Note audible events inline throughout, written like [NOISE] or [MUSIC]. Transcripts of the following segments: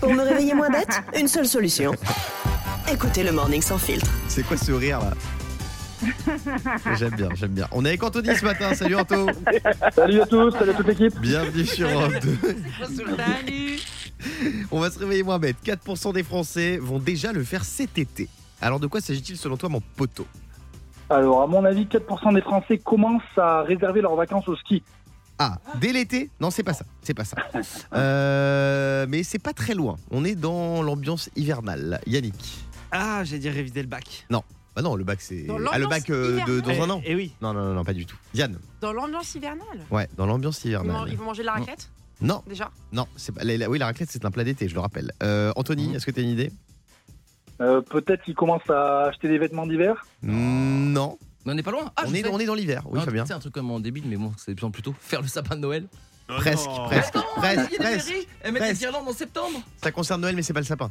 Pour me réveiller moins bête, une seule solution. Écoutez le Morning sans filtre. C'est quoi ce rire là J'aime bien, j'aime bien. On est avec Anthony ce matin. Salut Anto. Salut à tous, salut à toute l'équipe. Bienvenue sur Europe 2. Salut On va se réveiller moins bête. 4% des Français vont déjà le faire cet été. Alors de quoi s'agit-il selon toi, mon poteau Alors, à mon avis, 4% des Français commencent à réserver leurs vacances au ski. Ah, dès l'été Non, c'est pas ça. C'est pas ça. Euh, mais c'est pas très loin. On est dans l'ambiance hivernale. Yannick. Ah, j'ai dit réviser le bac. Bah non, le bac c'est. Dans Ah, le bac euh, de, l'ambiance dans un an Eh oui. Non, non, non, non, pas du tout. Yann. Dans l'ambiance hivernale. Ouais, dans l'ambiance Ils vont, hivernale. ils vont manger de la raclette Non, déjà. non, c'est pas. la- la- oui, la raclette c'est un plat d'été, je le rappelle. Euh, Mhm. Anthony, est-ce que t'as une idée Euh, Peut-être qu'ils commencent à acheter des vêtements d'hiver. Non. Mais on n'est pas loin. Ah, on, je Ah, est, sais. on est dans l'hiver, oui, Non, Fabien. C'est un truc comme en débile, mais bon, c'est plus plutôt faire le sapin de Noël. Presque, presque, Vas-y, presque, les presque. mairies, Elles mettent Presque. des guirlandes en septembre. Ça concerne Noël, mais c'est pas le sapin.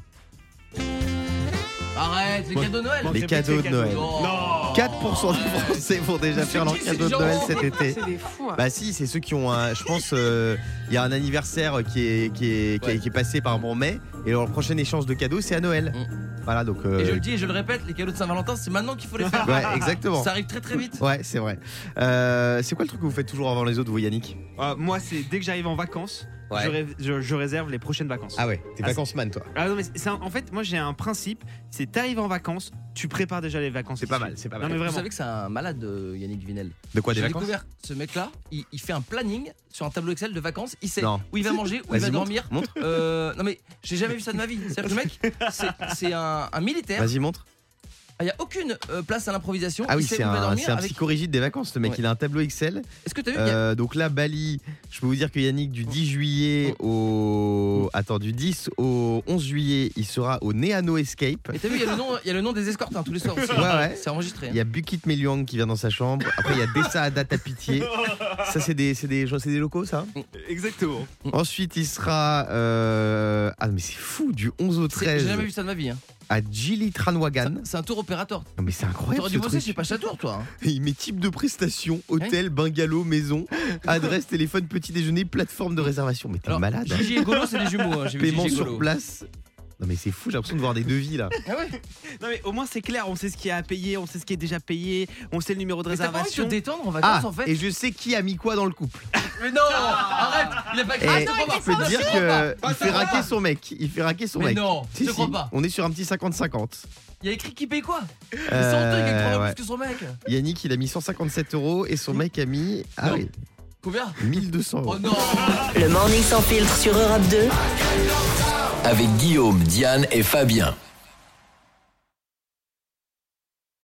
Arrête, les Bon. cadeaux de Noël. Les cadeaux de Noël. Non. 4% des Français vont déjà Mais faire leur qui, ces cadeau de gens Noël cet été. C'est des fous. hein. Bah si, c'est ceux qui ont un... Je pense, euh, il y a un anniversaire qui est, qui est, qui est, Ouais. qui est passé par exemple, en mai, et leur prochaine échange de cadeaux, c'est à Noël. Mm. Voilà, donc... euh, Et je le dis et je le répète, les cadeaux de Saint-Valentin, c'est maintenant qu'il faut les faire. Ouais, exactement. Ça arrive très très vite. Ouais, c'est vrai. Euh, c'est quoi le truc que vous faites toujours avant les autres, vous, Yannick Ah, moi, c'est dès que j'arrive en vacances, Ouais. je, rêve- je- je réserve les prochaines vacances. Ah ouais, t'es Ah, vacances man, toi. Ah non, mais c'est un- en fait, moi j'ai un principe c'est t'arrives en vacances, tu prépares déjà les vacances. C'est qui pas suivent. mal, c'est pas Non, mal. mais Vous vraiment. savez que c'est un malade, euh, Yannick Vinel. De quoi, des J'ai vacances découvert ce mec-là, il, il fait un planning sur un tableau Excel de vacances. Il sait Non. où il va manger, où il va Vas-y, montre, dormir. montre. Euh, non mais j'ai jamais vu ça de ma vie. C'est-à-dire que le mec, c'est- c'est un, un militaire. Vas-y, montre. Il n'y a aucune euh, place à l'improvisation. Ah oui, Il sait c'est où il va un, dormir c'est un avec- psychorigide des vacances, le mec. Ouais. Il a un tableau Excel. Est-ce que t'as vu il y a- Euh, donc là, Bali, je peux vous dire que Yannick, du 10 juillet Oh. au. Attends, du 10 au 11 juillet, il sera au Neano Escape. Et t'as vu, il y, a le nom- il y a le nom des escortes hein, tous les soirs. aussi. [LAUGHS] Ouais, ouais. C'est enregistré. hein. Il y a Bukit Meliang qui vient dans sa chambre. Après, il y a Dessa Adata Pitié. Ça, c'est des, c'est des, c'est des locaux, ça Exactement. Mm. Ensuite, il sera. euh, Ah, mais c'est fou, du 11 au C'est- J'ai 13 jamais vu ça de ma vie. hein. à Gili Tranwagan. C'est un tour opérateur. Non, mais c'est incroyable T'aurais ce dû bosser truc. chez Pachatour, toi. hein. Et il met type de prestation hôtel, bungalow, maison, adresse, [LAUGHS] téléphone, petit déjeuner, plateforme de réservation. Mais t'es Alors, malade. Gigi et Golo, c'est des jumeaux. hein. J'ai vu Ah, bah. Paiement Gigi et sur Golo. place. Non mais c'est fou, j'ai l'impression de voir des devis [LAUGHS] là. Ah ouais. Non, mais au moins c'est clair, on sait ce qu'il y a à payer, on sait ce qui est déjà payé, on sait le numéro de Mais T'as pas envie de te réservation. détendre en Ah, vacances en fait et je sais qui a mis quoi dans le couple. Mais non Arrête Il a pas Et Ah, je te crois pas. je peux te dire Je te crois que pas. il fait Pas ça. raquer son mec. Il fait raquer son Mais mec. non, Si, je te si, crois pas. On est sur un petit 50-50. Il y a écrit qui paye quoi C'est Euh, honteux, il a ouais. plus que son mec. Yannick, il a mis 157 euros et son mec a mis ah Non. oui, Combien 1200 euros. Oh non Le Morning sans filtre sur Europe 2. Avec Guillaume, Diane et Fabien.